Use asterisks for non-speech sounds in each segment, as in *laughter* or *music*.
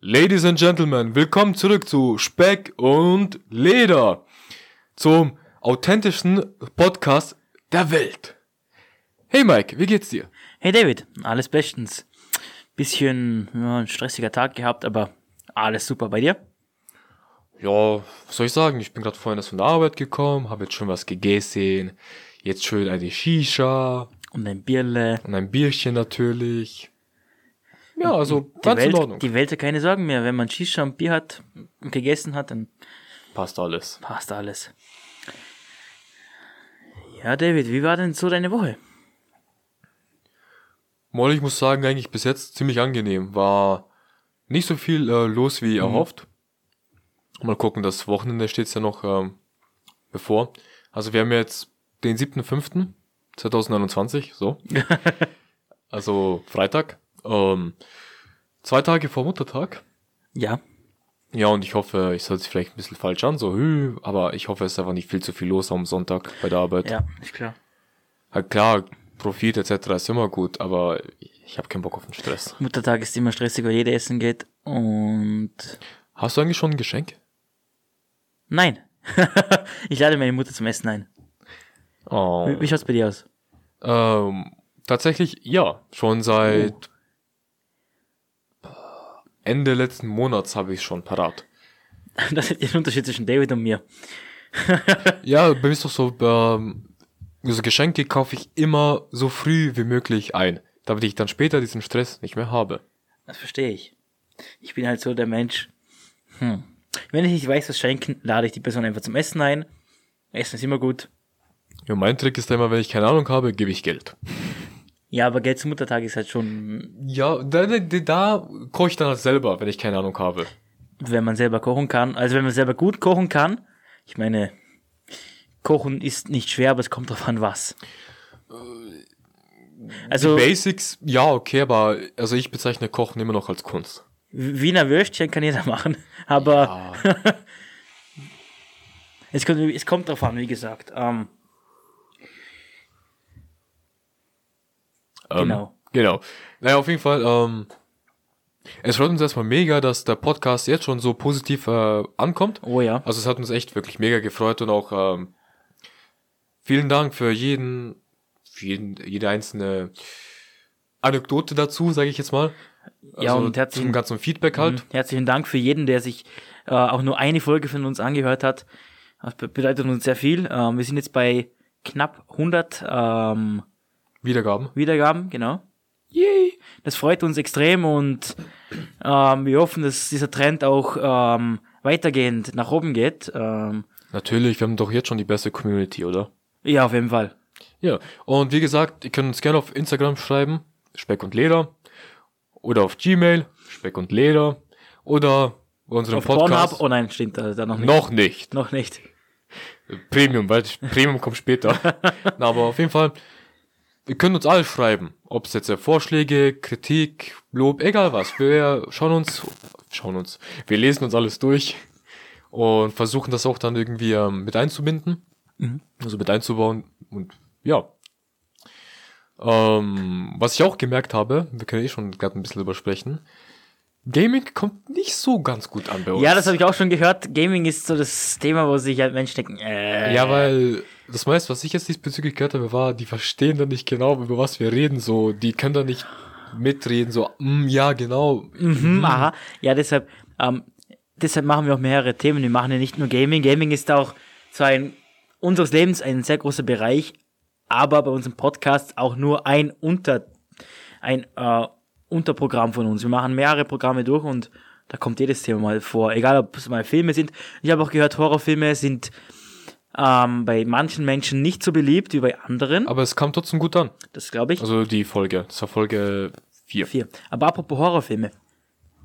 Ladies and Gentlemen, willkommen zurück zu Speck und Leder. Zum authentischsten Podcast der Welt. Hey Mike, wie geht's dir? Hey David, alles bestens. Bisschen ja, ein stressiger Tag gehabt, aber alles super bei dir. Ja, was soll ich sagen? Ich bin gerade vorhin erst von der Arbeit gekommen, habe jetzt schon was gegessen. Jetzt schön eine Shisha Und äh, ein Bierle. und ein Bierchen natürlich. Ja, also Die ganz in Ordnung. Welt, die Welt hat keine Sorgen mehr. Wenn man Shisha und Bier hat und gegessen hat, dann Passt alles. passt alles. Ja, David, wie war denn so deine Woche? Moll, ich muss sagen, eigentlich bis jetzt ziemlich angenehm. War nicht so viel äh, los wie erhofft. Mal gucken, das Wochenende steht ja noch ähm, bevor. Also wir haben jetzt den 7.5.2021, so. also Freitag. Ähm, zwei Tage vor Muttertag. Ja, Ja, und ich hoffe, ich hört sich vielleicht ein bisschen falsch an, so, hü, aber ich hoffe, es ist einfach nicht viel zu viel los am Sonntag bei der Arbeit. ja, ist klar. Ja, klar, Profit etc. ist immer gut, aber ich habe keinen Bock auf den Stress. Muttertag ist immer stressig, weil jeder essen geht. Und Hast du eigentlich schon ein Geschenk? nein. *laughs* ich lade meine Mutter zum Essen ein. Oh. Wie, wie schaut's bei dir aus? Ähm, tatsächlich, ja. Schon seit Ende letzten Monats habe ich schon parat. *laughs* Das ist der Unterschied zwischen David und mir. Ja, du bist doch so, ähm, so Geschenke kaufe ich immer so früh wie möglich ein, damit ich dann später diesen Stress nicht mehr habe. Das verstehe ich. Ich bin halt so der Mensch. Hm. Wenn ich nicht weiß, was schenken, lade ich die Person einfach zum Essen ein. Essen ist immer gut. Ja, mein Trick ist da immer, wenn ich keine Ahnung habe, gebe ich Geld. Ja, aber Geld zum Muttertag ist halt schon, Ja, da, da, da koche ich dann halt selber, wenn ich keine Ahnung habe. wenn man selber kochen kann. Also wenn man selber gut kochen kann. Ich meine, kochen ist nicht schwer, aber es kommt drauf an, was. Also Basics, ja, okay, aber also ich bezeichne Kochen immer noch als Kunst. Wiener Würstchen kann jeder *laughs* machen, aber *laughs* es, kommt, es kommt drauf an, wie gesagt. Ähm, Ähm, Genau. Genau. Naja, auf jeden Fall, ähm, es freut uns erstmal mega, dass der Podcast jetzt schon so positiv äh, ankommt. oh ja. Also es hat uns echt wirklich mega gefreut und auch ähm, vielen Dank für jeden, für jeden, jede einzelne Anekdote dazu, sage ich jetzt mal. Also Ja, und herzlichen- zum ganzen Feedback halt. Mhm. Herzlichen Dank für jeden, der sich äh, auch nur eine Folge von uns angehört hat. Das be- bedeutet uns sehr viel. Ähm, wir sind jetzt bei knapp 100 ähm, Wiedergaben. Wiedergaben, genau. Yay! Das freut uns extrem und ähm, wir hoffen, dass dieser Trend auch ähm, weitergehend nach oben geht. Ähm, Natürlich, wir haben doch jetzt schon die beste Community, oder? ja, auf jeden Fall. Ja, und wie gesagt, ihr könnt uns gerne auf Instagram schreiben, Speck und Leder. Oder auf Gmail, Speck und Leder. Oder bei unserem Auf Pornhub, Podcast. oh nein, stimmt, da, da noch nicht. Noch nicht. Noch nicht. Premium, weil Premium kommt später. Na, aber auf jeden Fall, ihr könnt uns alle schreiben. Ob es jetzt äh, Vorschläge, Kritik, Lob, egal was. Wir schauen uns, schauen uns, wir lesen uns alles durch und versuchen das auch dann irgendwie ähm, mit einzubinden. Also mit einzubauen und ja. Ähm, was ich auch gemerkt habe, wir können eh schon gerade ein bisschen drüber sprechen. Gaming kommt nicht so ganz gut an bei uns. Ja, das habe ich auch schon gehört. Gaming ist so das Thema, wo sich halt Menschen denken, äh, Ja, weil das meiste, was ich jetzt diesbezüglich gehört habe, war, die verstehen dann nicht genau, über was wir reden, so, die können dann nicht mitreden, so, mm, ja, genau. Mhm, aha. Ja, deshalb, ähm, deshalb machen wir auch mehrere Themen. Wir machen ja nicht nur Gaming. Gaming ist auch zwar ein, unseres Lebens ein sehr großer Bereich, aber bei unserem Podcast auch nur ein Unter, ein äh, Unterprogramm von uns. Wir machen mehrere Programme durch und da kommt jedes Thema mal vor. Egal, ob es mal Filme sind. Ich habe auch gehört, Horrorfilme sind ähm, bei manchen Menschen nicht so beliebt wie bei anderen. Aber es kam trotzdem gut an. Das glaube ich. Also die Folge, das war Folge 4. Vier. Aber apropos Horrorfilme.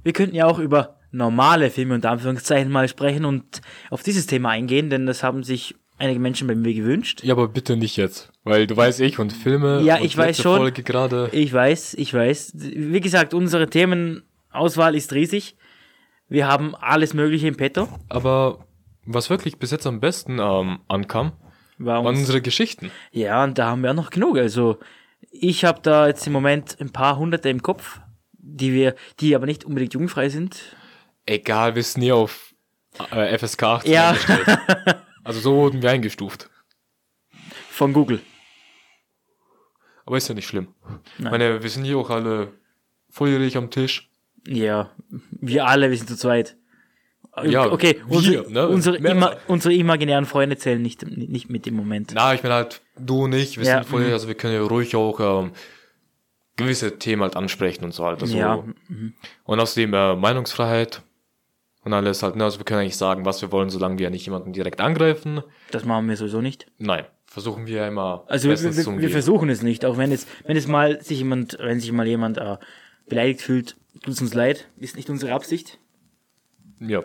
Wir könnten ja auch über normale Filme unter Anführungszeichen mal sprechen und auf dieses Thema eingehen, denn das haben sich einige Menschen bei mir gewünscht. Ja, aber bitte nicht jetzt, weil du weißt, ich und Filme Ja, und ich weiß letzte schon. Folge gerade. Ich weiß, ich weiß. Wie gesagt, unsere Themenauswahl ist riesig. Wir haben alles Mögliche im Petto. Aber was wirklich bis jetzt am besten ähm, ankam, War waren uns- unsere Geschichten. Ja, und da haben wir auch noch genug. Also ich habe da jetzt im Moment ein paar Hunderte im Kopf, die wir, die aber nicht unbedingt jugendfrei sind. Egal, wir sind nie auf äh, FSK 18 Ja. eingestellt. *laughs* Also so wurden wir eingestuft. Von Google. Aber ist ja nicht schlimm. Ich meine, wir sind hier auch alle volljährig am Tisch. Ja, wir alle, wir sind zu zweit. Ja, okay, wir, unsere, ne? unsere, Mehr- ima, unsere imaginären Freunde zählen nicht, nicht mit im Moment. Na, ich meine halt, du und ich, wir Ja, Mhm. sind volljährig, also wir können ja ruhig auch ähm, gewisse Themen halt ansprechen und so halt. Also, Ja, Und außerdem äh, Meinungsfreiheit und alles halt. Ne? Also wir können eigentlich sagen, was wir wollen, solange wir nicht jemanden direkt angreifen. das machen wir sowieso nicht. Nein, versuchen wir ja immer Also wir, bestens zu wir, wir umgehen. versuchen es nicht, auch wenn es, wenn es mal sich jemand, wenn sich mal jemand äh, beleidigt fühlt, tut es uns leid, ist nicht unsere Absicht. Ja,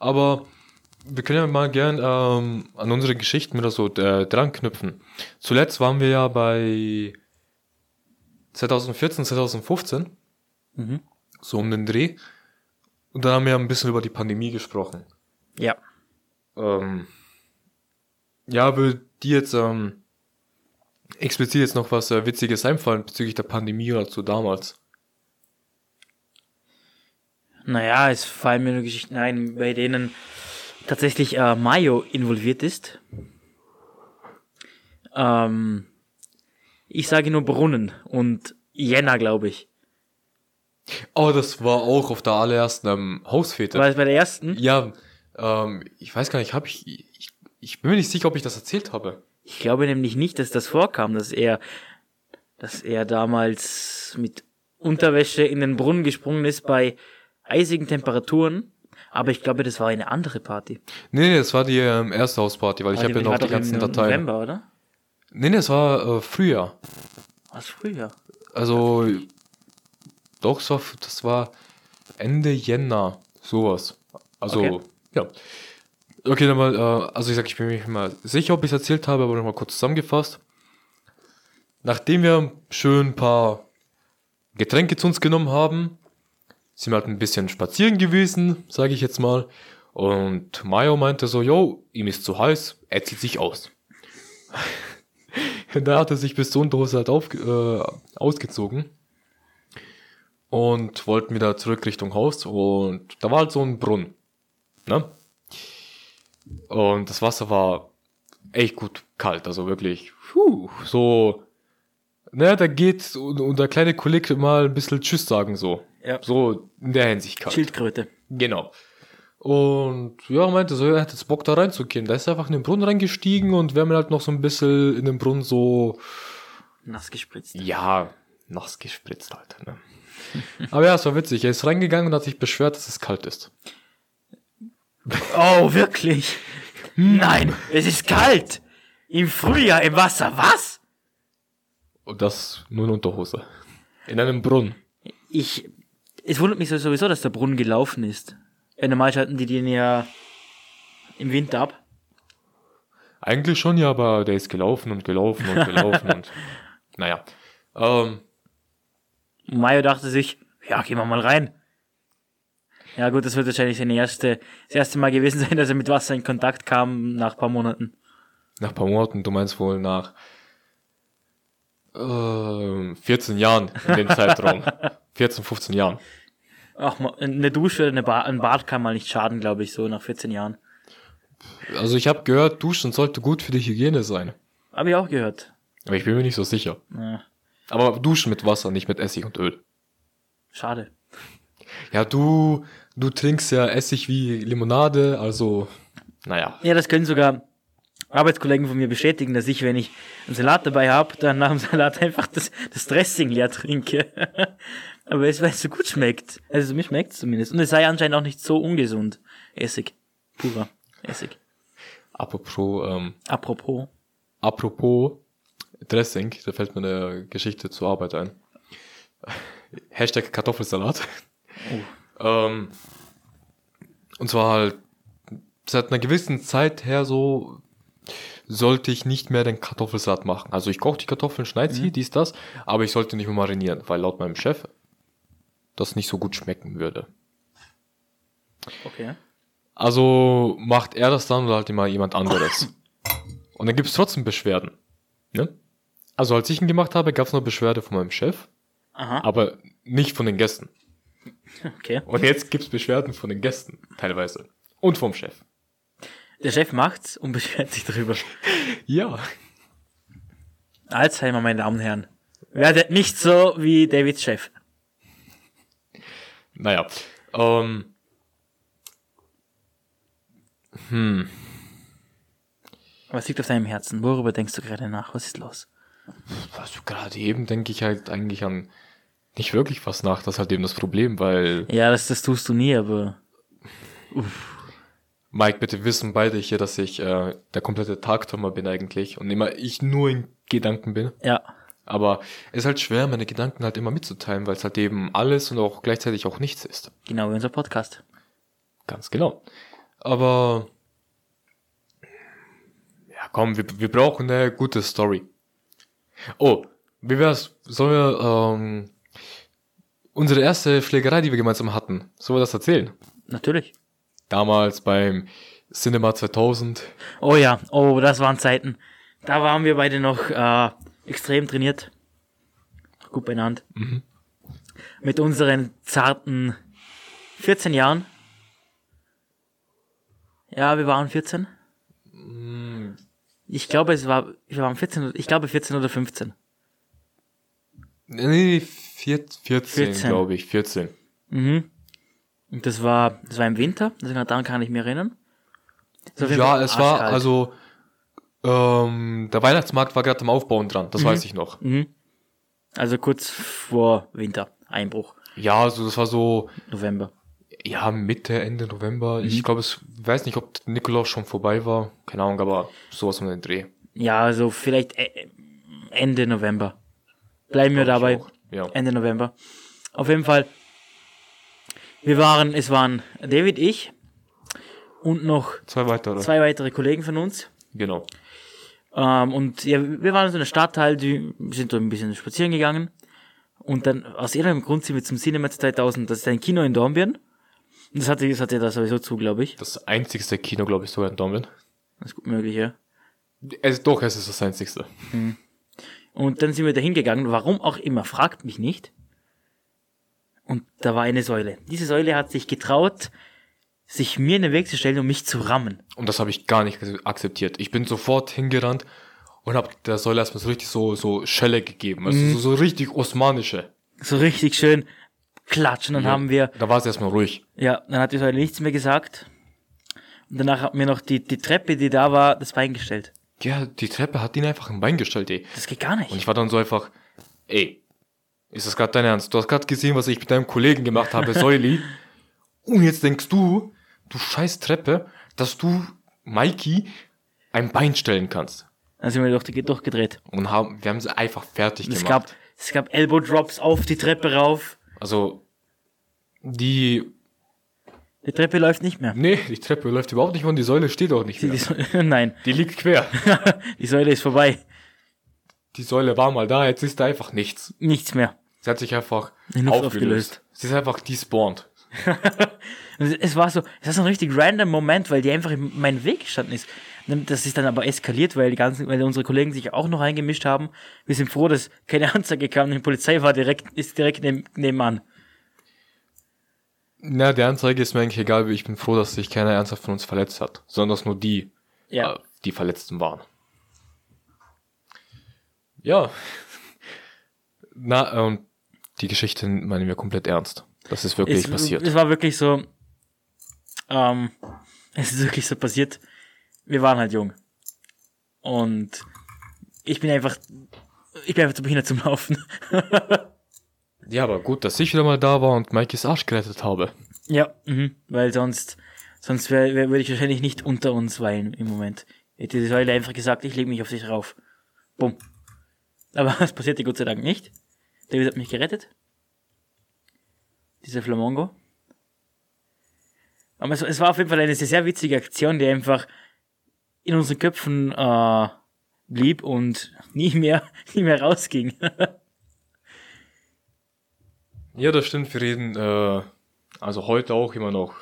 aber wir können ja mal gern ähm, an unsere Geschichten wieder so äh, dran knüpfen. Zuletzt waren wir ja bei 2014, 2015, so um den Dreh. Und dann haben wir ja ein bisschen über die Pandemie gesprochen. Ja. Ähm, ja, würde dir jetzt ähm, explizit jetzt noch was äh, Witziges einfallen bezüglich der Pandemie oder so damals? Naja, es fallen mir nur Geschichten ein, bei denen tatsächlich äh, Mayo involviert ist. Ähm, ich sage nur Brunnen und Jänner, glaube ich. Oh, das war auch auf der allerersten ähm, Hausfete. War es bei der ersten? Ja, ähm, ich weiß gar nicht, habe ich, ich, ich bin mir nicht sicher, ob ich das erzählt habe. Ich glaube nämlich nicht, dass das vorkam, dass er, dass er damals mit Unterwäsche in den Brunnen gesprungen ist bei eisigen Temperaturen. Aber ich glaube, das war eine andere Party. Nee, nee, das war die ähm, erste Hausparty, weil ich habe ja Ah, Die noch war die doch im ganzen Dateien. November, oder? Nee, nee, das war äh, früher. Was früher? Also, doch, das war, das war Ende Jänner, sowas. Also, Okay. ja. Okay, nochmal, äh, also ich sag, ich bin mir nicht mal sicher, ob ich es erzählt habe, aber nochmal kurz zusammengefasst. Nachdem wir schön ein paar Getränke zu uns genommen haben, sind wir halt ein bisschen spazieren gewesen, sage ich jetzt mal. Und Mayo meinte so, yo, ihm ist zu heiß, er zieht sich aus. *laughs* da hat er sich bis zur Unterhose halt auf, äh, ausgezogen und wollten wieder zurück Richtung Haus und da war halt so ein Brunnen. Ne? Und das Wasser war echt gut kalt, also wirklich puh, so. Naja, da geht un- unser kleiner Kollege mal ein bisschen Tschüss sagen, so. Ja. So in der Hinsicht kalt. Schildkröte. Genau. Und ja, er meinte so, er hat jetzt Bock da reinzugehen. Da ist er einfach in den Brunnen reingestiegen und wir haben ihn halt noch so ein bisschen in den Brunnen so, Nass gespritzt. ja, nass gespritzt halt. Ne? *laughs* Aber ja, es war witzig. Er ist reingegangen und hat sich beschwert, dass es kalt ist. Oh, wirklich? Nein, es ist kalt. Im Frühjahr im Wasser, was? Und das nur in Unterhose. In einem Brunnen. Ich, es wundert mich so- sowieso, dass der Brunnen gelaufen ist. Äh, normal schalten die den ja im Winter ab. Eigentlich schon, ja, aber der ist gelaufen und gelaufen und gelaufen *laughs* und naja. Ähm, Und Mayo dachte sich, ja, gehen wir mal rein. Ja gut, das wird wahrscheinlich seine erste, das erste Mal gewesen sein, dass er mit Wasser in Kontakt kam nach ein paar Monaten. nach ein paar Monaten, du meinst wohl nach ähm, 14 Jahren in *laughs* dem Zeitraum. 14, 15 Jahren. Ach, ma- eine Dusche oder eine ba ein Bad kann mal nicht schaden, glaube ich, so nach 14 Jahren. Also ich habe gehört, duschen sollte gut für die Hygiene sein. Habe ich auch gehört. Aber ich bin mir nicht so sicher. Ja, Aber duschen mit Wasser, nicht mit Essig und Öl. schade. Ja, du, du trinkst ja Essig wie Limonade, also naja. Ja, das können sogar Arbeitskollegen von mir bestätigen, dass ich, wenn ich einen Salat dabei habe, dann nach dem Salat einfach das, das Dressing leer trinke. *laughs* Aber es, weil es so gut schmeckt. Also mir schmeckt es zumindest. Und es sei anscheinend auch nicht so ungesund. Essig. Purer Essig. Apropos, ähm, Apropos. apropos Dressing, da fällt mir eine Geschichte zur Arbeit ein. *laughs* Hashtag Kartoffelsalat. Ähm, und zwar halt, seit einer gewissen Zeit her so, sollte ich nicht mehr den Kartoffelsalat machen. Also ich koche die Kartoffeln, schneide sie, dies, das, aber ich sollte nicht mehr marinieren, weil laut meinem Chef das nicht so gut schmecken würde. Okay. Also macht er das dann oder halt immer jemand anderes. Und dann gibt's trotzdem Beschwerden. Ne? Also als ich ihn gemacht habe, gab's nur Beschwerde von meinem Chef, Aha. aber nicht von den Gästen. Okay. Und jetzt gibt's Beschwerden von den Gästen, teilweise. Und vom Chef. Der Chef macht's und beschwert sich darüber. Ja. Alzheimer, meine Damen und Herren. Werdet nicht so wie Davids Chef. Naja. Ähm, Was liegt auf deinem Herzen? Worüber denkst du gerade nach? Was ist los? also gerade eben denke ich halt eigentlich an nicht wirklich was nach. Das ist halt eben das Problem, weil Ja, das, das tust du nie, aber Mike, bitte wissen beide hier, dass ich äh, der komplette Tagtürmer bin eigentlich und immer ich nur in Gedanken bin. ja. Aber es ist halt schwer, meine Gedanken halt immer mitzuteilen, weil es halt eben alles und auch gleichzeitig auch nichts ist. Genau wie unser Podcast. Ganz genau. Aber ja, komm, wir, wir brauchen eine gute Story. Oh, wie wär's? Sollen wir ähm, unsere erste Schlägerei, die wir gemeinsam hatten, sollen wir das erzählen? Natürlich. Damals beim Cinema 2000. Oh ja, oh, das waren Zeiten. Da waren wir beide noch äh, extrem trainiert. Gut beieinander. Mhm. Mit unseren zarten 14 Jahren. Ja, wir waren 14. Mhm. Ich glaube, es war, wir waren 14, oder- ich glaube 14 oder 15. Nee, vier, 14, 14. glaube ich, 14. Und das war, das war im Winter, deswegen daran kann ich mich erinnern. Es war auf jeden Ja, Fall es war, arschkalt. also, ähm, der Weihnachtsmarkt war gerade am Aufbauen dran, das weiß ich noch. also kurz vor Winter, Einbruch, Ja, also das war so, November. ja, Mitte, Ende November. Ich glaube, es weiß nicht, ob Nikolaus schon vorbei war. Keine Ahnung, aber sowas um den Dreh. Ja, also vielleicht e- Ende November. Bleiben wir Glaub ich dabei. auch, ja. Ende November. Auf jeden Fall. Wir waren, es waren David, ich und noch Zwei weitere. zwei weitere Kollegen von uns. Genau. Ähm, und ja, wir waren in so einer Stadtteil, die sind da ein bisschen spazieren gegangen. Und dann, aus irgendeinem Grund sind wir zum Cinema 2000. Das ist ein Kino in Dornbirn. Und das hatte, das hatte da sowieso zu, glaube ich. Das einzigste Kino, glaube ich, sogar in Dornbirn. Das ist gut möglich, ja. Es, doch, es ist das einzigste. Und dann sind wir da hingegangen, warum auch immer, fragt mich nicht. Und da war eine Säule. Diese Säule hat sich getraut, sich mir in den Weg zu stellen und mich zu rammen. Und das habe ich gar nicht ges- akzeptiert. Ich bin sofort hingerannt und habe der Säule erstmal so richtig so, so Schelle gegeben. Also so, so richtig osmanische. So richtig schön klatschen. Dann haben wir, Da war es erstmal ruhig. ja, dann hat die Säule nichts mehr gesagt. Und danach hat mir noch die, die Treppe, die da war, das Bein gestellt. Ja, die Treppe hat ihn einfach im Bein gestellt, ey. Das geht gar nicht. Und ich war dann so einfach, ey, ist das gerade dein Ernst? Du hast gerade gesehen, was ich mit deinem Kollegen gemacht habe, Säuli. Und jetzt denkst du, du scheiß Treppe, dass du Mikey ein Bein stellen kannst. Dann sind wir durch, durchgedreht. Und haben, wir haben sie einfach fertig Und es gemacht. gab, es gab Elbow Drops auf die Treppe rauf. also, die, Die Treppe läuft nicht mehr. nee, die Treppe läuft überhaupt nicht mehr und die Säule steht auch nicht Die, die mehr. Säule, *laughs* nein, Die liegt quer. die Säule ist vorbei. Die Säule war mal da, jetzt ist da einfach nichts. Nichts mehr. Sie hat sich einfach In Luft aufgelöst. aufgelöst. Sie ist einfach despawned. Und es- es war so, es war so ein richtig random Moment, weil die einfach in meinen Weg gestanden ist. Und dann- Das ist dann aber eskaliert, weil die ganzen, weil unsere Kollegen sich auch noch eingemischt haben. Wir sind froh, dass keine *laughs* Anzeige kam. Die Polizei war direkt, ist direkt neben, nebenan. Na, der Anzeige ist mir eigentlich egal, weil ich bin froh, dass sich keiner ernsthaft von uns verletzt hat, sondern dass nur die, Ja. äh, die Verletzten waren. Ja. Na, ähm, die Geschichte meinen wir komplett ernst. Das ist wirklich es, passiert. Es war wirklich so, ähm, es ist wirklich so passiert. Wir waren halt jung. Und ich bin einfach, ich bin einfach zu behindert zum Laufen. ja, aber gut, dass ich wieder mal da war und Mikeys Arsch gerettet habe. Ja, mhm. weil sonst, sonst wär, wär, würde ich wahrscheinlich nicht unter uns weilen im Moment. Hätte die Säule einfach gesagt, ich lege mich auf sich rauf. Bumm. Aber *laughs* das passierte Gott sei Dank nicht. David hat mich gerettet. Dieser Flamongo. Aber es, es war auf jeden Fall eine sehr, sehr witzige Aktion, die einfach in unseren Köpfen äh, blieb und *laughs* nie mehr, nie mehr rausging. *laughs* Ja, das stimmt, wir reden, äh, also heute auch immer noch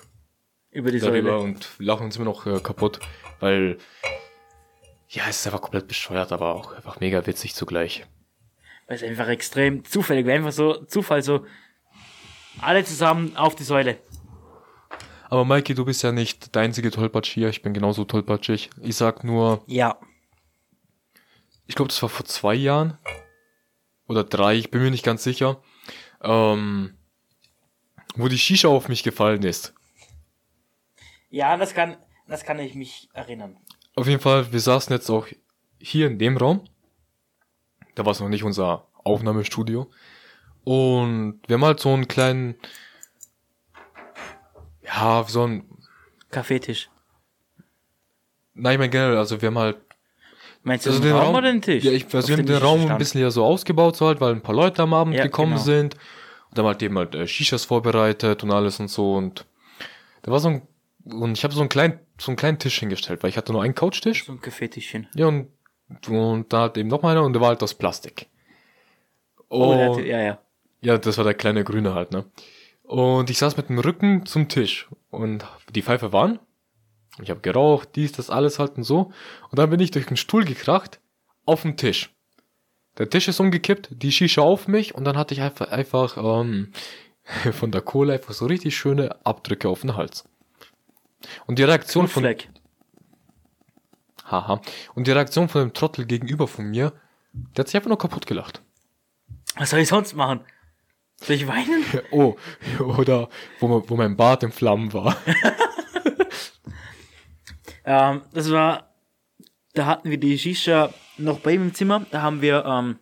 Über die darüber Säule. und lachen uns immer noch äh, kaputt, weil, ja, es ist einfach komplett bescheuert, aber auch einfach mega witzig zugleich. Weil es einfach extrem zufällig war. Einfach so Zufall, so Alle zusammen auf die Säule. Aber Maiki, du bist ja nicht der einzige Tollpatsch hier. Ich bin genauso tollpatschig. Ich sag nur, Ja. ich glaube, das war vor zwei Jahren oder drei, ich bin mir nicht ganz sicher, ähm, wo die Shisha auf mich gefallen ist. Ja, das kann, das kann ich mich erinnern. Auf jeden Fall, wir saßen jetzt auch hier in dem Raum. Da war es noch nicht unser Aufnahmestudio. Und wir haben halt so einen kleinen, ja, so ein, Kaffeetisch. nein, ich mein generell, also wir haben halt Meinst du den, Raum, oder den Tisch? Also Ja, ich, Auf also wir haben dem den Tisch Raum ein stand. bisschen ja so ausgebaut, so halt, weil ein paar Leute am Abend Ja, gekommen genau. sind. Und dann halt eben halt äh, Shishas vorbereitet und alles und so. Und da war so ein, und ich habe so einen kleinen, so einen kleinen Tisch hingestellt, weil ich hatte nur einen Couchtisch. So ein Kaffeetischchen. Ja, und, und da hat eben noch mal einer und der war halt aus Plastik. Oh, Oh, der Tisch, ja, ja. ja, das war der kleine Grüne halt, ne? Und ich saß mit dem Rücken zum Tisch und die Pfeife waren. Ich habe geraucht, dies, das, alles halt und so. Und dann bin ich durch den Stuhl gekracht auf den Tisch. Der Tisch ist umgekippt, die Shisha auf mich und dann hatte ich einfach, einfach ähm, *laughs* von der Kohle einfach so richtig schöne Abdrücke auf den Hals. Und die Reaktion von Blutfleck. haha, und die Reaktion von dem Trottel gegenüber von mir, der hat sich einfach nur kaputt gelacht. Was soll ich sonst machen? Soll ich weinen? Oh, *laughs* oder wo, mein- wo mein Bart in Flammen war. Ähm, das war, da hatten wir die Shisha noch bei ihm im Zimmer. Da haben wir, ähm,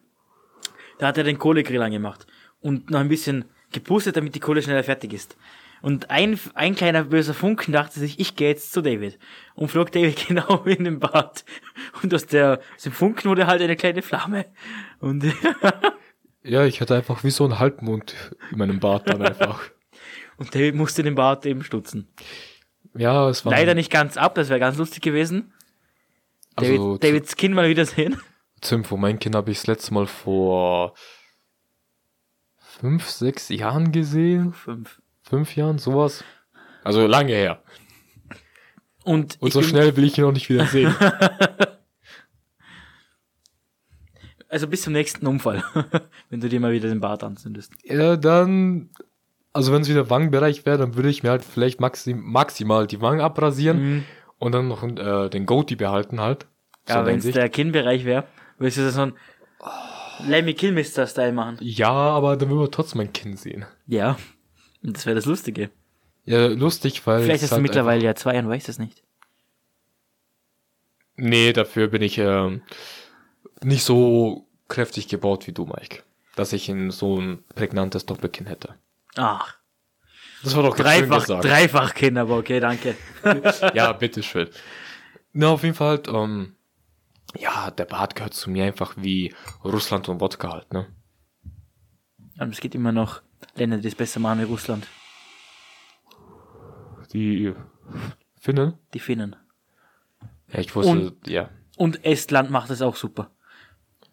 da hat er den Kohlegrill angemacht und noch ein bisschen gepustet, damit die Kohle schneller fertig ist. Und ein, ein kleiner böser Funken dachte sich, ich gehe jetzt zu David. Und flog David *laughs* genau in den Bart. Und aus, der, aus dem Funken wurde halt eine kleine Flamme. Und *laughs* Ja, ich hatte einfach wie so einen Halbmond in meinem Bart dann *laughs* einfach. Und David musste den Bart eben stutzen. Also Ja, es war Leider nicht ganz ab, das wäre ganz lustig gewesen. David, Also, Davids Kind mal wiedersehen. Zim, vor mein Kind habe ich das letzte Mal vor fünf, sechs Jahren gesehen. Fünf. Fünf Jahren, sowas. Also lange her. Und, Und ich so bin- schnell will ich ihn auch nicht wieder *laughs* sehen. Also bis zum nächsten Unfall, *laughs* wenn du dir mal wieder den Bart anzündest. ja, dann. Also wenn es wieder Wangenbereich wäre, dann würde ich mir halt vielleicht maxim, maximal die Wangen abrasieren und dann noch äh, den Goatee behalten halt. Mhm. Ja, So wenn es denke ich. der Kinnbereich wäre, würdest du das so ein Lemmy Killmister Style machen. ja, aber dann würden wir trotzdem mein Kinn sehen. Ja. Und Das wäre das Lustige. Ja, lustig, weil. Vielleicht es hast du halt mittlerweile ja zwei und weißt es nicht. Nee, dafür bin ich ähm, nicht so kräftig gebaut wie du, Mike. Dass ich in so ein prägnantes Doppelkinn hätte. Ach. Das war doch ganz schön Dreifach, gesagt. dreifach Kinn, aber okay, danke. Ja, bitteschön. Na, auf jeden Fall, halt, ähm, ja, der Bart gehört zu mir einfach wie Russland und Wodka halt, ne? Aber es gibt immer noch Länder, die es besser machen wie Russland. Die Finnen? Die Finnen. Ja, ich wusste, ja. Und Estland macht es auch super.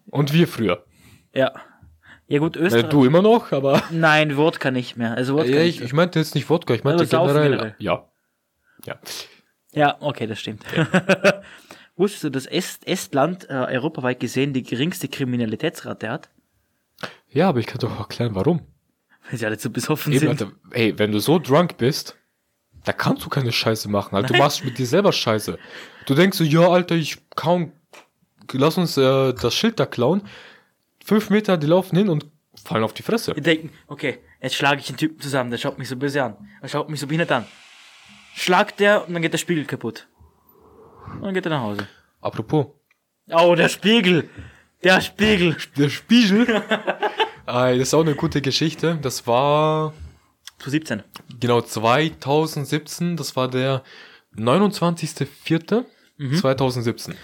Und wir früher. Ja. Ja gut, Äh, Österreich. du immer noch, aber. Nein, Wodka nicht mehr. Also Wodka Ja, ich, nicht. ich meinte jetzt nicht Wodka, ich meinte Aber saufen generell. generell. Ja. Ja. Ja, okay, das stimmt. *laughs* Wusstest du, dass Est Estland äh, europaweit gesehen die geringste Kriminalitätsrate hat? *laughs* Ja, aber ich kann doch erklären, warum. Weil sie alle zu besoffen Eben, sind. Alter, ey, wenn du so drunk bist, da kannst du keine Scheiße machen. Alter. Du machst mit dir selber Scheiße. Du denkst so, ja, Alter, ich kaum. Lass uns äh, das Schild da klauen. Fünf Meter, die laufen hin und fallen auf die Fresse. Die denken, okay, jetzt schlage ich den Typen zusammen, der schaut mich so böse an. Er schaut mich so behindert an. Schlagt der und dann geht der Spiegel kaputt. Und dann geht er nach Hause. Apropos, Oh, der Spiegel! Der Spiegel! der Spiegel. *laughs* Ey, das ist auch eine gute Geschichte. Das war Zu 17. genau 2017. Das war der 29.04.2017. 2017. Mhm.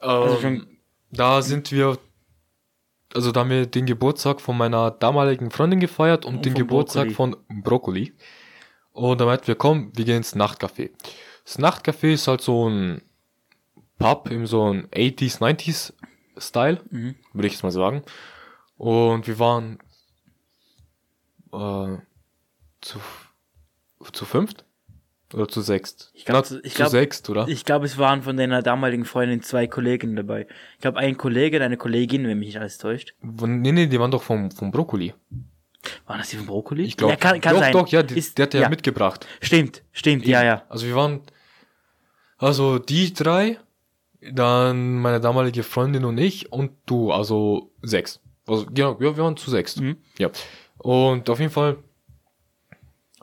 Also Ähm, schon, Da sind wir, also da haben wir den Geburtstag von meiner damaligen Freundin gefeiert und, den von Geburtstag Oh, Brokkoli. von Brokkoli. Und da meinten wir, komm, wir gehen ins Nachtcafé. Das Nachtcafé ist halt so ein Pub im so ein 80s, 90s Style, Mhm. würde ich jetzt mal sagen. Und wir waren äh, zu, zu fünft oder zu sechst? Ich glaub, Na, zu- ich zu glaub, sechst, oder? ich glaube, es waren von deiner damaligen Freundin zwei Kollegen dabei. Ich glaube, ein Kollege und eine Kollegin, wenn mich nicht alles täuscht. Nee, nee, die waren doch vom, vom Brokkoli. War das die von Brokkoli? Ich glaube, ja, kann, kann doch, sein. doch, ja, die, Ist- der hat ja, mitgebracht. Stimmt, stimmt, ja, ja. Also wir waren, also die drei, dann meine damalige Freundin und ich und du, also sechs. Also, genau, ja, wir waren zu sechs. Mhm. Ja. Und auf jeden Fall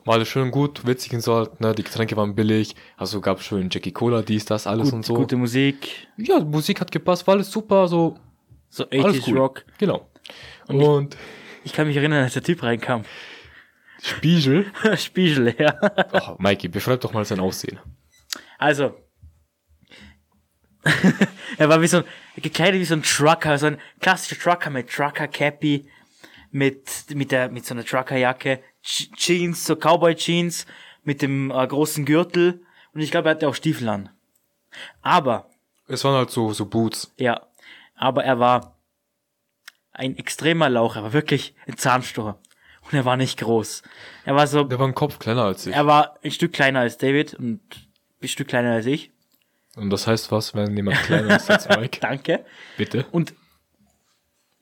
war alles schön gut, witzig und so, halt, ne, die Getränke waren billig, also gab schön Jackie Cola, dies, das, alles Gut, und so. Gute Musik, Ja, Musik hat gepasst, war alles super, so, so alles 80s cool. Rock. Genau. ich- Und Ich kann mich erinnern, als der Typ reinkam. *laughs* *laughs* Spiegel. Spiegel, ja. Ach, Oh, Mikey, beschreib doch mal sein Aussehen. Also. *laughs* er war wie so ein, gekleidet wie so ein Trucker, so ein klassischer Trucker mit Trucker-Cappy, mit, mit der, mit so einer Truckerjacke, Je- Jeans, so Cowboy-Jeans, mit dem äh, großen Gürtel, und ich glaube, er hatte auch Stiefel an. Aber, Es waren halt so, so Boots. ja, aber er war ein extremer Lauch, er war wirklich ein Zahnstocher. Und er war nicht groß. Er war so, Der war ein Kopf kleiner als ich. er war ein Stück kleiner als David und ein Stück kleiner als ich. Und das heißt was, wenn jemand kleiner ist *laughs* als Mike? Danke. Bitte. Und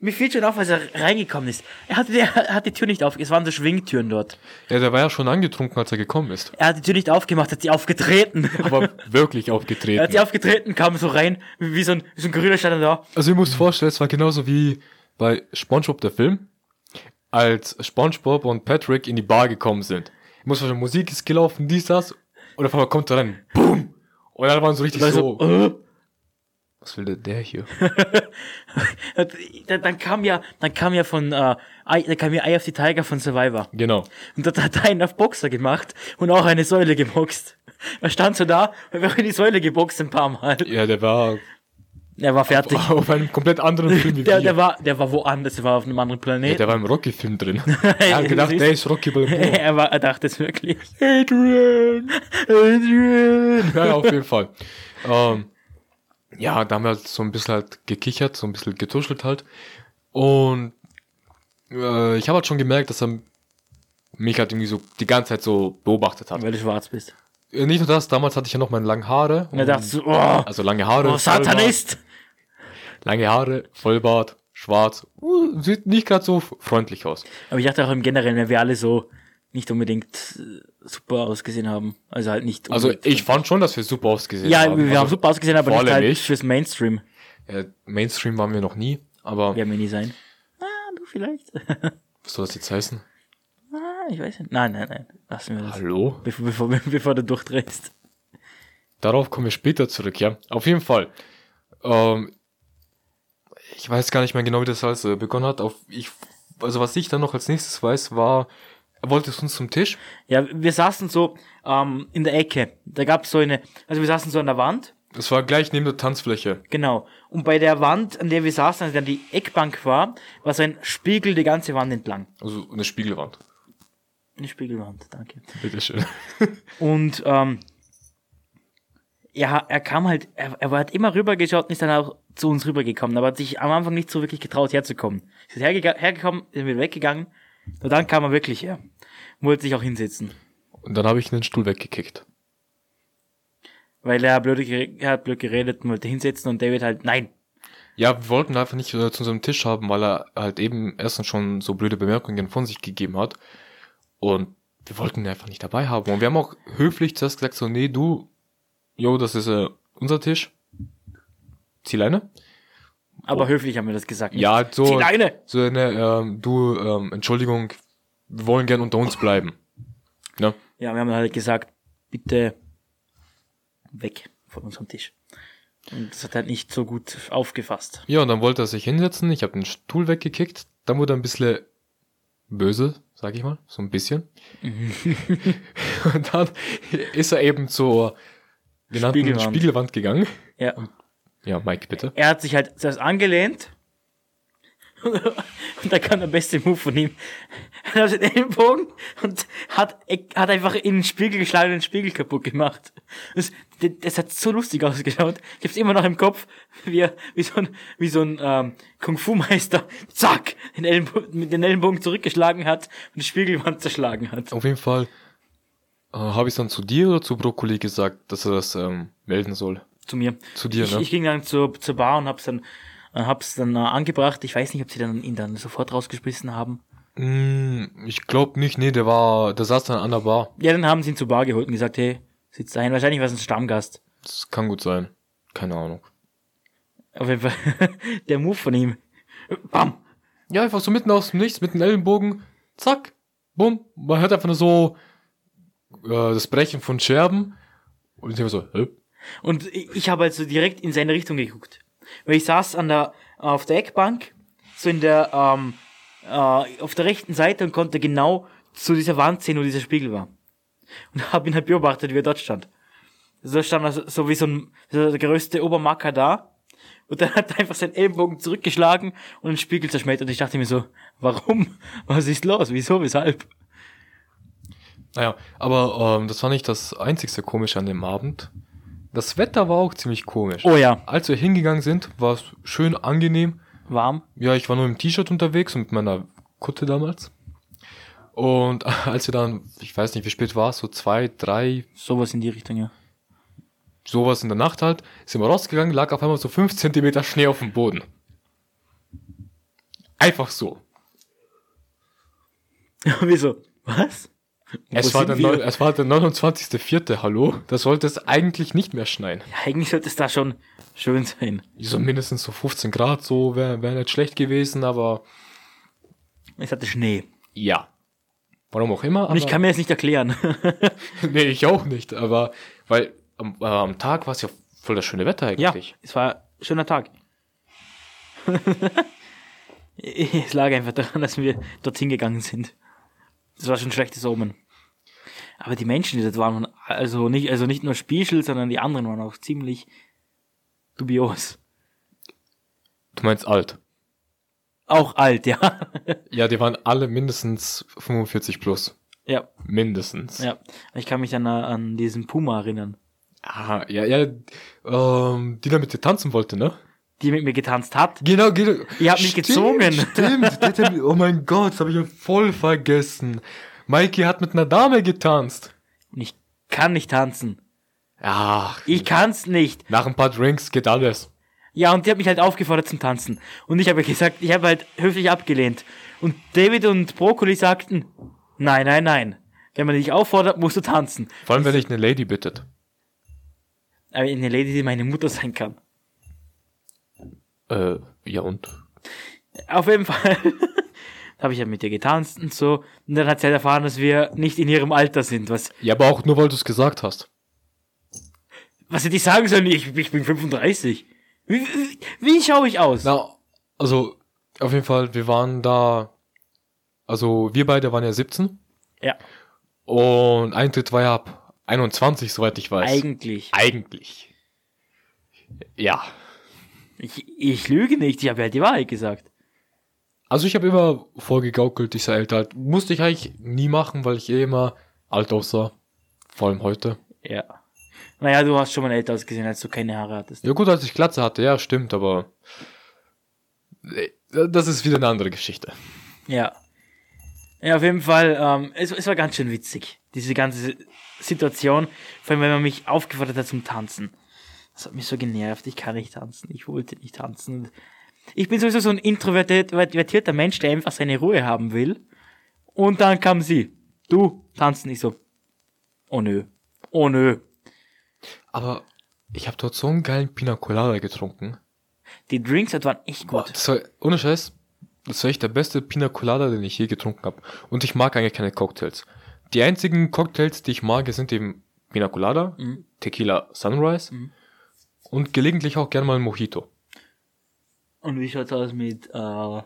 mir fiel schon auf, als er reingekommen ist. Er hatte, die- er hat die Tür nicht auf. Es waren so Schwingtüren dort. Ja, der war ja schon angetrunken, als er gekommen ist. Er hat die Tür nicht aufgemacht, hat sie aufgetreten. Aber *laughs* wirklich er hat sie aufgetreten. aufgetreten, kam so rein, wie, wie so, ein, wie so ein grüner stand er da. Also ihr müsst vorstellen, es war genauso wie bei Spongebob der Film, als Spongebob und Patrick in die Bar gekommen sind. Ich muss vorstellen, Musik ist gelaufen, dies, das. Und auf einmal kommt er rein. Boom! Und dann waren so richtig Da so, so, "Oh." was will denn der hier? Hat- dann, dann kam ja, dann kam ja von, äh, Eye- dann kam ja Eye of the Tiger von Survivor. *laughs* Genau. Und da hat er einen auf Boxer gemacht und auch eine Säule geboxt. Er stand so da, und wir haben in die Säule geboxt ein paar Mal. Ja, der war Er war fertig. *laughs* auf einem komplett anderen Film *laughs* wie Der, wir. der war, der war woanders, der war auf einem anderen Ja, Planeten. der war im Rocky-Film *laughs* drin. er hat gedacht, Siehst der ist Rocky Balboa. *laughs* er war, er dachte es wirklich. Adrian! Adrian. *laughs* Ja, auf jeden Fall. Ähm, ja, da haben wir halt so ein bisschen halt gekichert, so ein bisschen getuschelt halt. Und äh, ich habe halt schon gemerkt, dass er mich halt irgendwie so die ganze Zeit so beobachtet hat. Weil du schwarz bist. Äh, Nicht nur das, damals hatte ich ja noch meine langen Haare. Und er dachte so, oh, also lange Haare. oh Satanist. Vollbart, Lange Haare, Vollbart, schwarz. Uh, sieht nicht gerade so freundlich aus. Aber ich dachte auch im Generellen, wenn wir alle so nicht unbedingt äh, super ausgesehen haben. Also halt nicht Also unbedingt- ich fand schon, dass wir super ausgesehen Ja, haben. wir haben also, super ausgesehen, aber vor nicht allem halt ich. fürs Mainstream. äh, Mainstream waren wir noch nie, aber Werden wir nie sein. Ah, du vielleicht. was soll das jetzt heißen? ah, ich weiß nicht. Nein, nein, nein. Lassen wir das. Hallo? Bevor, bevor, *laughs* bevor du durchdrehst. Darauf kommen wir später zurück, ja. Auf jeden Fall. Ähm, ich weiß gar nicht mehr genau, wie das alles äh, begonnen hat. Auf, ich, also was ich dann noch als nächstes weiß, war, er wollte es uns zum Tisch. Ja, wir saßen so ähm, in der Ecke. Da gab's so eine, also wir saßen so an der Wand Das war gleich neben der Tanzfläche. Genau. Und bei der Wand, an der wir saßen, also dann die Eckbank war, war so ein Spiegel die ganze Wand entlang. Also eine Spiegelwand. Eine Spiegelwand, danke. Bitteschön. Und ähm, ja, er kam halt, er, er war halt immer rübergeschaut und ist dann auch zu uns rübergekommen, aber hat sich am Anfang nicht so wirklich getraut, herzukommen. Ist hergega- hergekommen, sind wir weggegangen, und dann kam er wirklich her. Und Wollte sich auch hinsetzen. Und dann habe ich einen Stuhl weggekickt. Weil er, blöd, er hat blöd geredet und wollte hinsetzen und David halt, nein, Ja, wir wollten ihn einfach nicht äh, zu unserem Tisch haben, weil er halt eben erstens schon so blöde Bemerkungen von sich gegeben hat. Und wir wollten ihn einfach nicht dabei haben. Und wir haben auch höflich zuerst gesagt, so, nee, du, jo, das ist äh, unser Tisch. Zieh Leine. aber höflich haben wir das gesagt. nicht? Ja, so. Zieh Leine! So, eine, ähm, du, ähm, Entschuldigung, wir wollen gern unter uns bleiben. Ne? Ja, wir haben halt gesagt, bitte weg von unserem Tisch. Und das hat halt nicht so gut aufgefasst. Ja, und dann wollte er sich hinsetzen. Ich habe den Stuhl weggekickt. Dann wurde er ein bisschen böse, sag ich mal. So ein bisschen. und dann ist er eben zur genannten Spiegelwand. Spiegelwand, gegangen. Ja. Ja, Mike, bitte. Er hat sich halt zuerst angelehnt. *laughs* und da kam der beste Move von ihm. Er hat den Ellenbogen und hat, hat einfach in den Spiegel geschlagen und den Spiegel kaputt gemacht. Das, das hat so lustig ausgeschaut. Ich hab's immer noch im Kopf, wie, er- wie so ein, wie so ein ähm, Kung-Fu-Meister, zack, den Ellenbogen, mit den Ellenbogen zurückgeschlagen hat und die Spiegelwand zerschlagen hat. Auf jeden Fall äh, habe ich dann zu dir oder zu Brokkoli gesagt, dass er das ähm, melden soll. zu mir. Zu dir, ich, ne? Ich ging dann zur, zur Bar und hab's dann, äh, hab's dann äh, angebracht. Ich weiß nicht, ob sie dann ihn dann sofort rausgeschmissen haben. Mm, Ich glaube nicht, nee, der war, der saß dann an der Bar. Ja, dann haben sie ihn zur Bar geholt und gesagt, hey, sitz dahin. Wahrscheinlich war es ein Stammgast. Das kann gut sein. Keine Ahnung. Auf jeden Fall *laughs* der Move von ihm. Bam! Ja, einfach so mitten aus dem Nichts, mit dem Ellenbogen, zack, bumm. Man hört einfach nur so äh, das Brechen von Scherben. Und ich denke mir so, hä? Und ich ich habe also direkt in seine Richtung geguckt. Weil ich saß an der, auf der Eckbank, so in der, ähm, äh, auf der rechten Seite und konnte genau zu dieser Wand sehen, wo dieser Spiegel war. Und *laughs* habe ihn halt beobachtet, wie er dort stand. So stand er so- so wie so ein, so der größte Obermacker da. Und dann hat er einfach seinen Ellenbogen zurückgeschlagen und den Spiegel zerschmettert. Und ich dachte mir so, warum? *laughs* Was ist los? Wieso? Weshalb? Naja, aber ähm, das war nicht das einzigste Komische an dem Abend. Das Wetter war auch ziemlich komisch. Oh ja, Als wir hingegangen sind, war es schön angenehm. warm. Ja, ich war nur im T-Shirt unterwegs und mit meiner Kutte damals. Und *laughs* als wir dann, ich weiß nicht, wie spät war es, so zwei, drei, Sowas in die Richtung, ja. sowas in der Nacht halt, sind wir rausgegangen, lag auf einmal so fünf Zentimeter Schnee auf dem Boden. Einfach so. *laughs* Wieso? Was? Es Wo war, sind der wir? neun- es war der 29.04., hallo? Da sollte es eigentlich nicht mehr schneien. Eigentlich sollte es da schon schön sein. So mindestens so 15 Grad, so wäre wär nicht schlecht gewesen, aber Es hatte Schnee. ja. Warum auch immer. Und ich kann mir das nicht *laughs* erklären. *laughs* nee, ich auch nicht, aber weil am, äh, am Tag war es ja voll das schöne Wetter eigentlich. es war ein schöner Tag. *laughs* es lag einfach daran, dass wir dorthin gegangen sind. Das war schon ein schlechtes Omen. Aber die Menschen, die dort waren, waren also nicht, also nicht nur Spiegel, sondern die anderen waren auch ziemlich dubios. Du meinst alt. Auch alt, ja. *laughs* Ja, die waren alle mindestens 45 plus. ja, Mindestens. ja. Ich kann mich an, äh, an diesen Puma erinnern, Ah, ja, ja. Ähm, die da mit dir tanzen wollte, ne? die mit mir getanzt hat. Genau, genau. Ihr habt mich gezwungen. Stimmt. Der hat- oh mein Gott, das habe ich ja voll vergessen. Mikey hat mit einer Dame getanzt. Und ich kann nicht tanzen. Ach, Ich kann's nicht. nach ein paar Drinks geht alles. Ja, und die hat mich halt aufgefordert zum Tanzen. Und ich habe gesagt, ich habe halt höflich abgelehnt. Und David und Brokkoli sagten, nein, nein, nein. Wenn man dich auffordert, musst du tanzen. Vor allem, wenn dich eine Lady bittet. Aber eine Lady, die meine Mutter sein kann. Äh, ja und? Auf jeden Fall *laughs* habe ich ja mit ihr getanzt und so. Und dann hat sie halt erfahren, dass wir nicht in ihrem Alter sind. Was, Ja, aber auch nur, weil du es gesagt hast. was hätte ich sagen sollen? Ich, ich bin 35. Wie, wie, wie schaue ich aus? Na, also, auf jeden Fall, wir waren da, also wir beide waren ja 17 Ja, und Eintritt war ja ab 21, soweit ich weiß. eigentlich. Eigentlich. Ja. Ich, ich lüge nicht, ich habe halt die Wahrheit gesagt. Also ich habe immer vorgegaukelt, ich sei älter. Halt. Musste ich eigentlich nie machen, weil ich eh immer alt aussah. Vor allem heute. Ja. Naja, du hast schon mal älter ausgesehen, als du keine Haare hattest. Ja gut, als ich Glatze hatte, ja stimmt, aber Nee, das ist wieder eine andere Geschichte. Ja. Ja, auf jeden Fall, ähm, es, es war ganz schön witzig, diese ganze Situation. Vor allem, wenn man mich aufgefordert hat zum Tanzen. Das hat mich so genervt. Ich kann nicht tanzen. Ich wollte nicht tanzen. Und Ich bin sowieso so ein introvertierter Mensch, der einfach seine Ruhe haben will. Und dann kam sie. Du, tanzen. Ich so, oh nö. Oh nö. Aber ich habe dort so einen geilen Pina Colada getrunken. Die Drinks dort waren echt gut. Das war, ohne Scheiß, das war echt der beste Pina Colada, den ich je getrunken habe. Und ich mag eigentlich keine Cocktails. Die einzigen Cocktails, die ich mag, sind eben Pina Colada, Tequila Sunrise und gelegentlich auch gerne mal ein Mojito. Und wie schaut's aus mit, äh,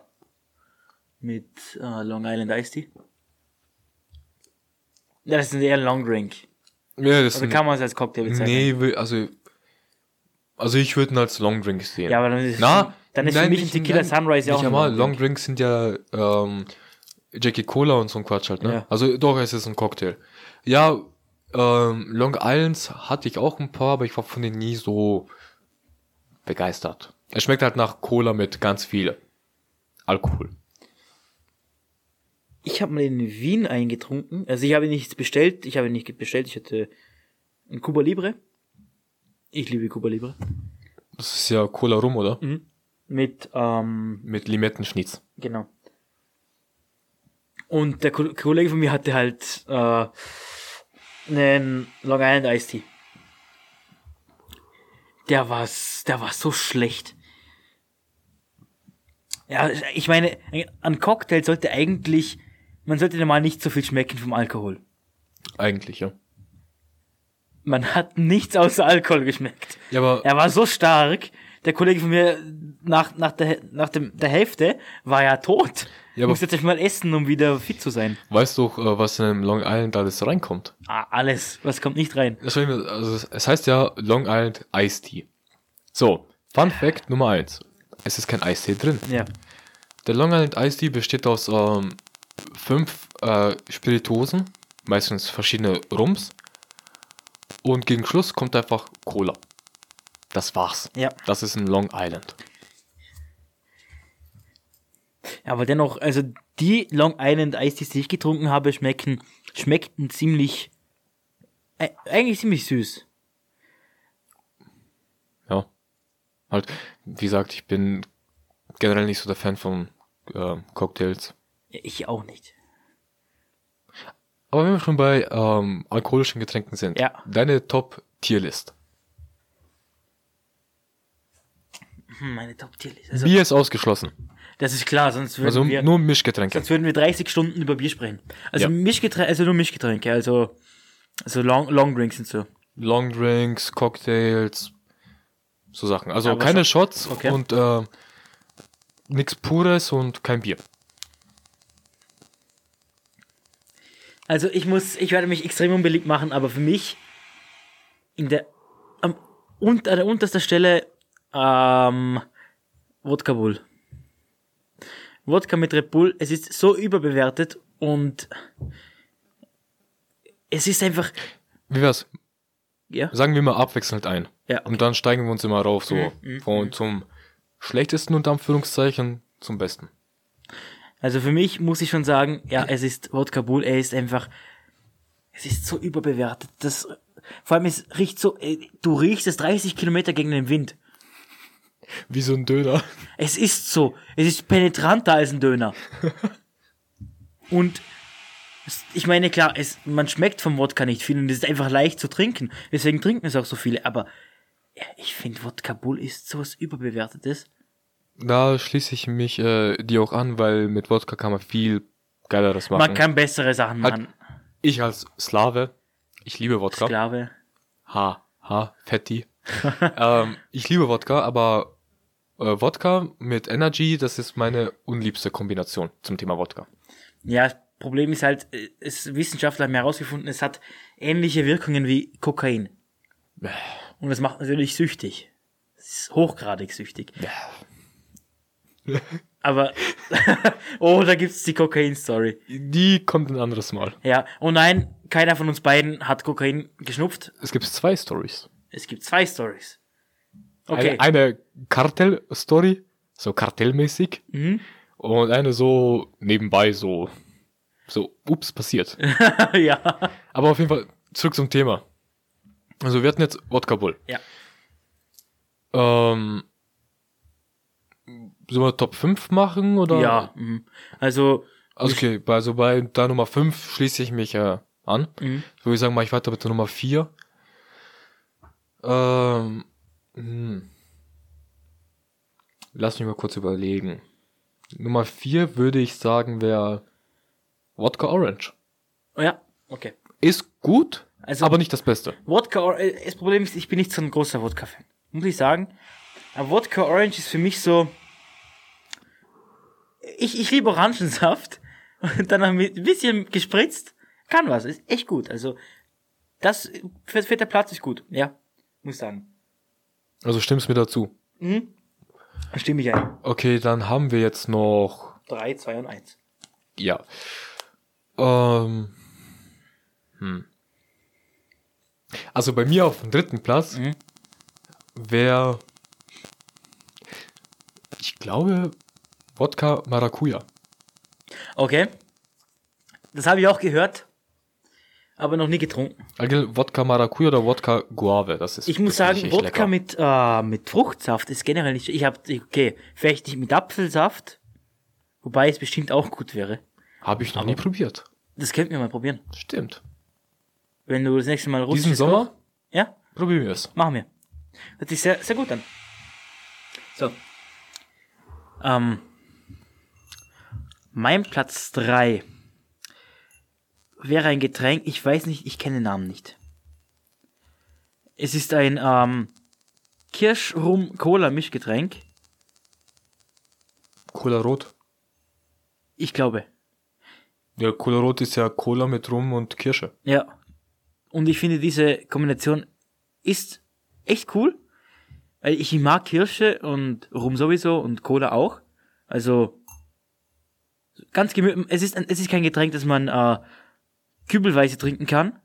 mit äh, Long Island Iced Tea? Ja, das ist eher ein Long Drink. Ja, das Also kann man es als Cocktail bezeichnen. Nee, will- also, also ich würde ihn als Long Drink sehen. Ja, aber dann ist, dann ist für mich ein nicht- Tequila nein, Sunrise ja auch nicht ein einmal. Long Long Drinks sind ja ähm, Jackie Cola und so ein Quatsch halt, ne? Ja. Also doch, es ist ein Cocktail. Ja, ähm, Long Islands hatte ich auch ein paar, aber ich war von denen nie so begeistert. Es schmeckt halt nach Cola mit ganz viel Alkohol. Ich habe mal in Wien eingetrunken. Also ich habe nichts bestellt. Ich habe nicht bestellt. Ich hatte ein Cuba Libre. Ich liebe Cuba Libre. Das ist ja Cola rum, oder? Mhm. Mit, ähm, Mit Limettenschnitz. genau. Und der Ko- Kollege von mir hatte halt äh, einen Long Island Iced Tea. Der war, s- der war so schlecht. Ja, ich meine, an Cocktail sollte eigentlich, man sollte normal nicht so viel schmecken vom Alkohol. Eigentlich, ja. Man hat nichts außer Alkohol geschmeckt. Ja, aber Er war so stark, der Kollege von mir nach, nach, der, nach dem, der Hälfte war ja tot. Ja, Ja, aber- Muss jetzt mal essen, um wieder fit zu sein. weißt du, auch, äh, was in einem Long Island alles reinkommt? Ah, alles. Was kommt nicht rein? Das soll ich mir- Also, es- es heißt ja Long Island Iced Tea. So, Fun Fact Nummer eins: Es ist kein Eistee drin. Ja. Der Long Island Iced Tea besteht aus ähm, fünf äh, Spirituosen, meistens verschiedene Rums. Und gegen Schluss kommt einfach Cola. Das war's. Ja. Das ist ein Long Island. Aber dennoch, also die Long Island Ice Teas, die ich getrunken habe, schmecken, schmeckten ziemlich, äh, eigentlich ziemlich süß. Ja. Halt, wie gesagt, ich bin generell nicht so der Fan von äh, Cocktails. Ja, Ich auch nicht. Aber wenn wir schon bei ähm, alkoholischen Getränken sind, Ja. deine Top-Tierlist. Hm, meine top tier List. Also, Bier ist ausgeschlossen. das ist klar, sonst würden Also wir, nur Mischgetränke. sonst würden wir 30 Stunden über Bier sprechen. Also Ja. Mischgetränke, also nur Mischgetränke, also, also Long, Long Drinks und so. Longdrinks, Cocktails, so Sachen. Also Aber keine Shots okay. und äh, nichts Pures und kein Bier. Also ich muss, ich werde mich extrem unbeliebt machen, aber für mich in der am, und an der unterster Stelle ähm, Wodka Bull. Wodka mit Red Bull, es ist so überbewertet und es ist einfach Wie wär's? ja Sagen wir mal abwechselnd ein. ja okay. Und dann steigen wir uns immer rauf, so von zum schlechtesten und Anführungszeichen zum besten. Also für mich muss ich schon sagen, ja, es ist Wodka Bull, er ist einfach, es ist so überbewertet. Das, vor allem es riecht so, äh, du riechst es 30 Kilometer gegen den Wind. Wie so ein Döner. Es ist so. Es ist penetranter als ein Döner. Und es- ich meine, klar, es, man schmeckt vom Wodka nicht viel und es ist einfach leicht zu trinken. Deswegen trinken es auch so viele. Aber ja, ich finde, Wodka Bull ist sowas überbewertetes. Da schließe ich mich äh, dir auch an, weil mit Wodka kann man viel geileres machen. Man kann bessere Sachen Hat- machen. ich als Slave, ich liebe Wodka. Sklave. Ha, ha, Fetti. *laughs* ähm, ich liebe Wodka, aber äh, Wodka mit Energy, das ist meine unliebste Kombination zum Thema Wodka. Ja, das Problem ist halt, äh, es, Wissenschaftler haben herausgefunden, es hat ähnliche Wirkungen wie Kokain. Und das macht natürlich süchtig. Es ist hochgradig süchtig. *laughs* Aber, oh, da gibt's die Kokain-Story. Die kommt ein anderes Mal. Ja, oh nein, keiner von uns beiden hat Kokain geschnupft. Es gibt zwei Stories. Es gibt zwei Stories. Okay, Eine, eine Kartell-Story, so kartellmäßig. Und eine so nebenbei, so, so, ups, passiert. *laughs* ja, Aber auf jeden Fall zurück zum Thema. Also wir hatten jetzt Wodka Bull. ja, Ähm, sollen wir Top 5 machen oder? ja. mhm. Also, Also okay, bei, also bei der Nummer 5 schließe ich mich äh, an. Mhm. So würde ich sagen, mache ich weiter mit der Nummer 4. Ähm, hm. Lass mich mal kurz überlegen. Nummer 4 würde ich sagen, wäre Wodka Orange. oh ja, okay. Ist gut, Also- aber nicht das Beste. Wodka, Or- äh, das Problem ist, ich bin nicht so ein großer Wodka-Fan. Muss ich sagen. Aber Wodka Orange ist für mich so. Ich, ich liebe Orangensaft. *laughs* Und dann mit ein bisschen gespritzt. Kann was. Ist echt gut. Also, das, für, für der Platz ist gut. Ja. Muss sagen. Also stimmst mir dazu. Stimme ich ein. Okay, dann haben wir jetzt noch Drei, zwei und eins. Ja. Ähm. Hm. Also bei mir auf dem dritten Platz Mhm. wäre. Ich glaube, Wodka Maracuja. Okay. Das habe ich auch gehört. Aber noch nie getrunken. Also Wodka Maracuja oder Wodka Guave, das ist. Ich das muss sagen, finde echt Wodka lecker. mit äh, mit Fruchtsaft ist generell nicht. so- Ich habe okay, vielleicht nicht mit Apfelsaft, wobei es bestimmt auch gut wäre. Habe ich noch nie probiert. Das könnten wir mal probieren. Stimmt. Wenn du das nächste Mal russisch Diesen Sommer Ja, probieren wir es. machen wir. Hört sich sehr, sehr gut an. So. Ähm, mein Platz 3 wäre ein Getränk, ich weiß nicht, ich kenne den Namen nicht. Es ist ein ähm, Kirsch-Rum-Cola-Mischgetränk. Cola Rot. Ich glaube. Ja, Cola Rot ist ja Cola mit Rum und Kirsche. Ja. Und ich finde, diese Kombination ist echt cool. Weil ich mag Kirsche und Rum sowieso und Cola auch. Also ganz gemütlich. Es ist, ein- es ist kein Getränk, das man äh, kübelweise trinken kann.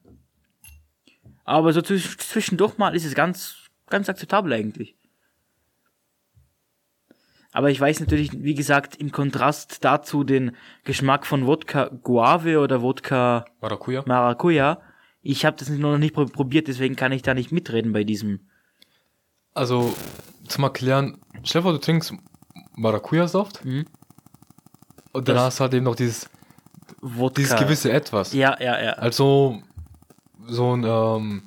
Aber so zwisch- zwischendurch mal ist es ganz, ganz akzeptabel eigentlich. Aber ich weiß natürlich, wie gesagt, im Kontrast dazu den Geschmack von Wodka Guave oder Wodka Maracuja. Maracuja. Ich habe das noch nicht prob- probiert, deswegen kann ich da nicht mitreden bei diesem. Also, zum Erklären, stell dir vor, du trinkst Maracuja-Saft. Mhm. Und dann Das- hast du halt eben noch dieses, Wodka. dieses gewisse Etwas. Ja, ja, ja. Also, so ein, ähm,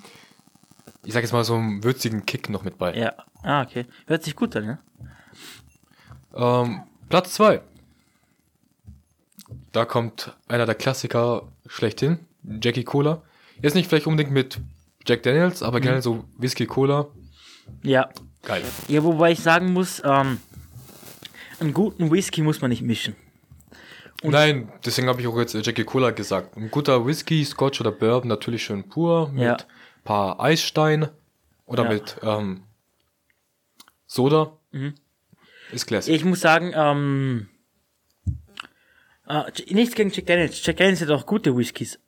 ich sag jetzt mal, so einen würzigen Kick noch mit bei. Ja. Ah, okay. Hört sich gut an, ja? Ähm, Platz 2. Da kommt einer der Klassiker schlechthin, Jackie Cola. Jetzt nicht vielleicht unbedingt mit Jack Daniels, Mhm. aber generell so Whisky Cola. Ja. Geil. Ja, wobei ich sagen muss, ähm, einen guten Whisky muss man nicht mischen. Nein, deswegen habe ich auch jetzt äh, Jackie Cola gesagt. Ein guter Whisky, Scotch oder Bourbon natürlich schön pur mit Ja. paar Eisstein oder Ja. mit ähm, Soda. Ist klassisch. Mhm. Ich muss sagen, ähm, äh, J- nichts gegen Jack Daniels. Jack Daniels hat auch gute Whiskys.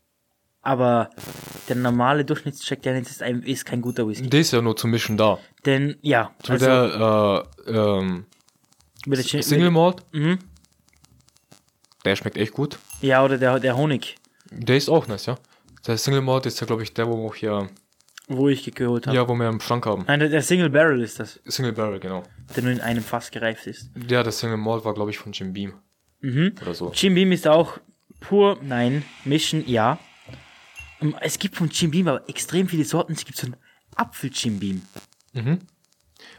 Aber der normale Durchschnitts-Jack Daniels ist, ein, ist kein guter Whisky. Der ist ja nur zum Mischen da. Denn, ja. also Mit der äh, ähm, mit der Gin- Single Malt, Mhm. der schmeckt echt gut. Ja, oder der, der Honig, Der ist auch nice, ja. Der Single Malt ist ja, glaube ich, der, wo wir auch hier, wo ich geholt habe. ja, wo wir im Schrank haben. Nein, der- der Single Barrel ist das, Single Barrel, genau. der nur in einem Fass gereift ist. Ja, der Single Malt war, glaube ich, von Jim Beam. Mhm. Oder so. Jim Beam ist auch pur, nein, mischen, ja. Ähm, Es gibt von Jim Beam aber extrem viele Sorten. Es gibt so einen Apfel Jim Beam.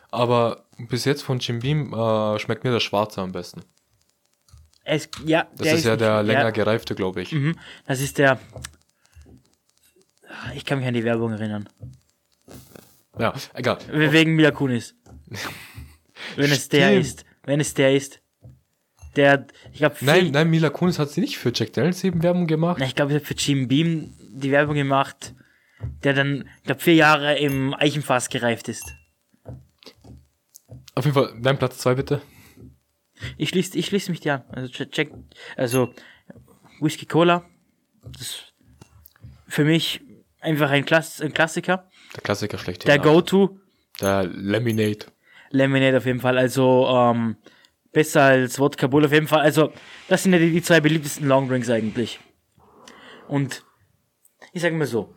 Aber bis jetzt von Jim Beam äh, schmeckt mir der Schwarze am besten. Es, ja, Das ist, ja der länger ja, gereifte, glaube ich. mhm, Das ist der. Ah, Ich kann mich an die Werbung erinnern. Ja, egal. We- Wegen *laughs* Mila Kunis. Wenn es der Stimmt. ist. Wenn es der ist. Der, ich glaube, Nein, nein, Mila Kunis hat sie nicht für Jack Daniels eben Werbung gemacht. Na, ich glaube, ich habe für Jim Beam die Werbung gemacht, der dann, ich glaube, vier Jahre im Eichenfass gereift ist. Auf jeden Fall, dein Platz 2 bitte. Ich schließe ich schließ mich dir an. Also, check, check, also Whisky Cola, das ist für mich einfach ein, Klass, ein Klassiker. Der Klassiker schlechthin. Der ja. Go-To, Der Laminate. Lemonade auf jeden Fall. Also, ähm, besser als Wodka Bull auf jeden Fall. Also, das sind ja die, die zwei beliebtesten Longdrinks eigentlich. Und ich sage mal so,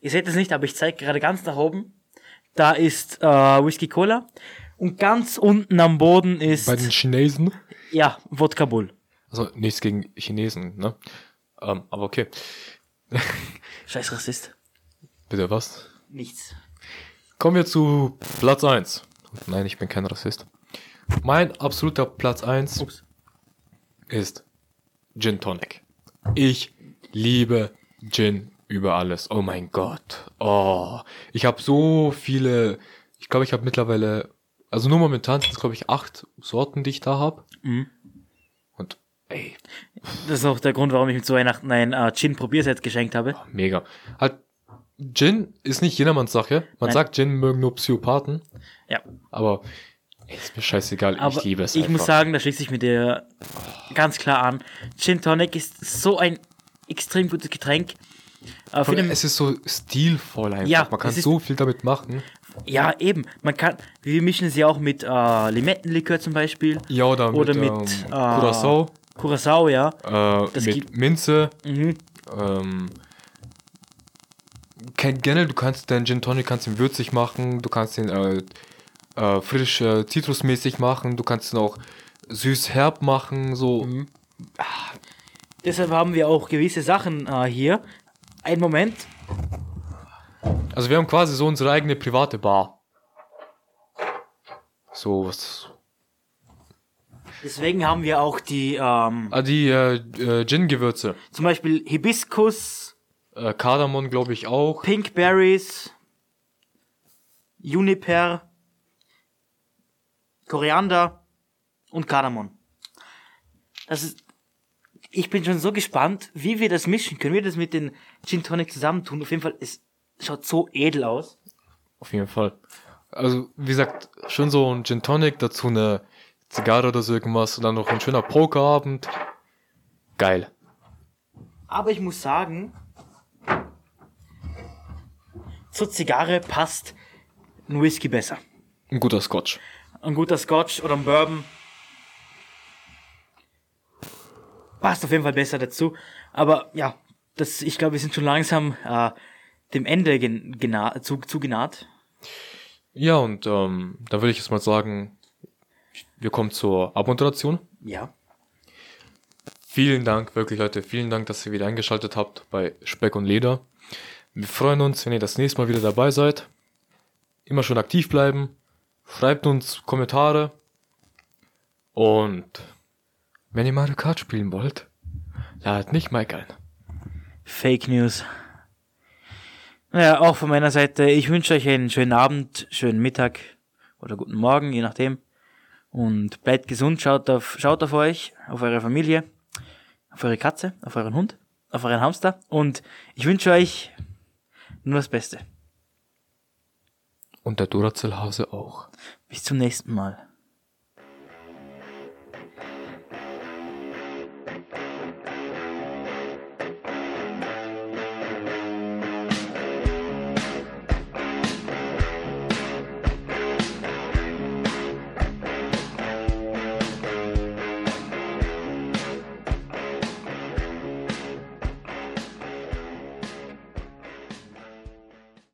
ihr seht es nicht, aber ich zeige gerade ganz nach oben. Da ist äh, Whisky Cola und ganz unten am Boden ist Bei den Chinesen. ja Wodka Bull. Also nichts gegen Chinesen, ne? Ähm, aber okay. Scheiß Rassist. Bitte was? Nichts. Kommen wir zu Platz 1. Nein, ich bin kein Rassist. Mein absoluter Platz 1 Ups. ist Gin Tonic. Ich liebe Gin über alles. Oh mein Gott. Oh, ich habe so viele. Ich glaube, ich habe mittlerweile, also nur momentan sind es glaube ich acht Sorten, die ich da habe. Mhm. Und ey, Das ist auch der Grund, warum ich mit zu Weihnachten ein äh, Gin Probierset geschenkt habe. mega. Halt, Gin ist nicht jedermanns Sache. Man Nein. sagt, Gin mögen nur Psychopathen, Ja, aber ey, ist mir scheißegal. Aber ich liebe es. Ich einfach. muss sagen, da schließe ich mit dir ganz klar an. Gin Tonic ist so ein extrem gutes Getränk. Äh, Vor viele- allem, es ist so stilvoll einfach. Ja, man kann es ist- so viel damit machen. ja, eben. Man kann, wir mischen sie auch mit äh, Limettenlikör zum Beispiel. Ja, oder mit, Oder mit, ähm, äh, Curacao, Curacao, ja. äh, das mit gibt- Minze. Mhm. Ähm, kein, generell, du kannst deinen Gin Tonic kannst ihn würzig machen, du kannst ihn äh, äh, frisch äh, Mhm. zitrusmäßig machen, du kannst ihn auch süß-herb machen, so. Deshalb haben wir auch gewisse Sachen äh, hier. Ein Moment. Also wir haben quasi so unsere eigene private Bar. So was. Deswegen haben wir auch die, ähm, Ah, die äh, äh, Gin-Gewürze. zum Beispiel Hibiskus, Äh, Kardamom glaube ich auch. Pinkberries, Juniper, Koriander und Kardamom. Das ist, ich bin schon so gespannt, wie wir das mischen. Können wir das mit den Gin Tonic zusammentun? Auf jeden Fall, es schaut so edel aus. Auf jeden Fall. Also wie gesagt, schön so ein Gin Tonic, dazu eine Zigarre oder so irgendwas und dann noch ein schöner Pokerabend. Geil. Aber ich muss sagen, zur Zigarre passt ein Whisky besser. Ein guter Scotch. Ein guter Scotch oder ein Bourbon passt auf jeden Fall besser dazu. Aber ja, das, ich glaube, wir sind schon langsam äh, dem Ende gen gena zu, zugenaht. Ja, und ähm, da würde ich jetzt mal sagen, wir kommen zur Abmoderation. Ja. Vielen Dank, wirklich Leute, vielen Dank, dass ihr wieder eingeschaltet habt bei Speck und Leder. Wir freuen uns, wenn ihr das nächste Mal wieder dabei seid. Immer schön aktiv bleiben. Schreibt uns Kommentare. Und wenn ihr Mario Kart spielen wollt, ladet nicht Mike ein. Fake News. Naja, auch von meiner Seite, ich wünsche euch einen schönen Abend, schönen Mittag oder guten Morgen, je nachdem. Und bleibt gesund, schaut auf, schaut auf euch, auf eure Familie, auf eure Katze, auf euren Hund, auf euren Hamster. Und ich wünsche euch nur das Beste. Und der Duracell-Hase auch. Bis zum nächsten Mal.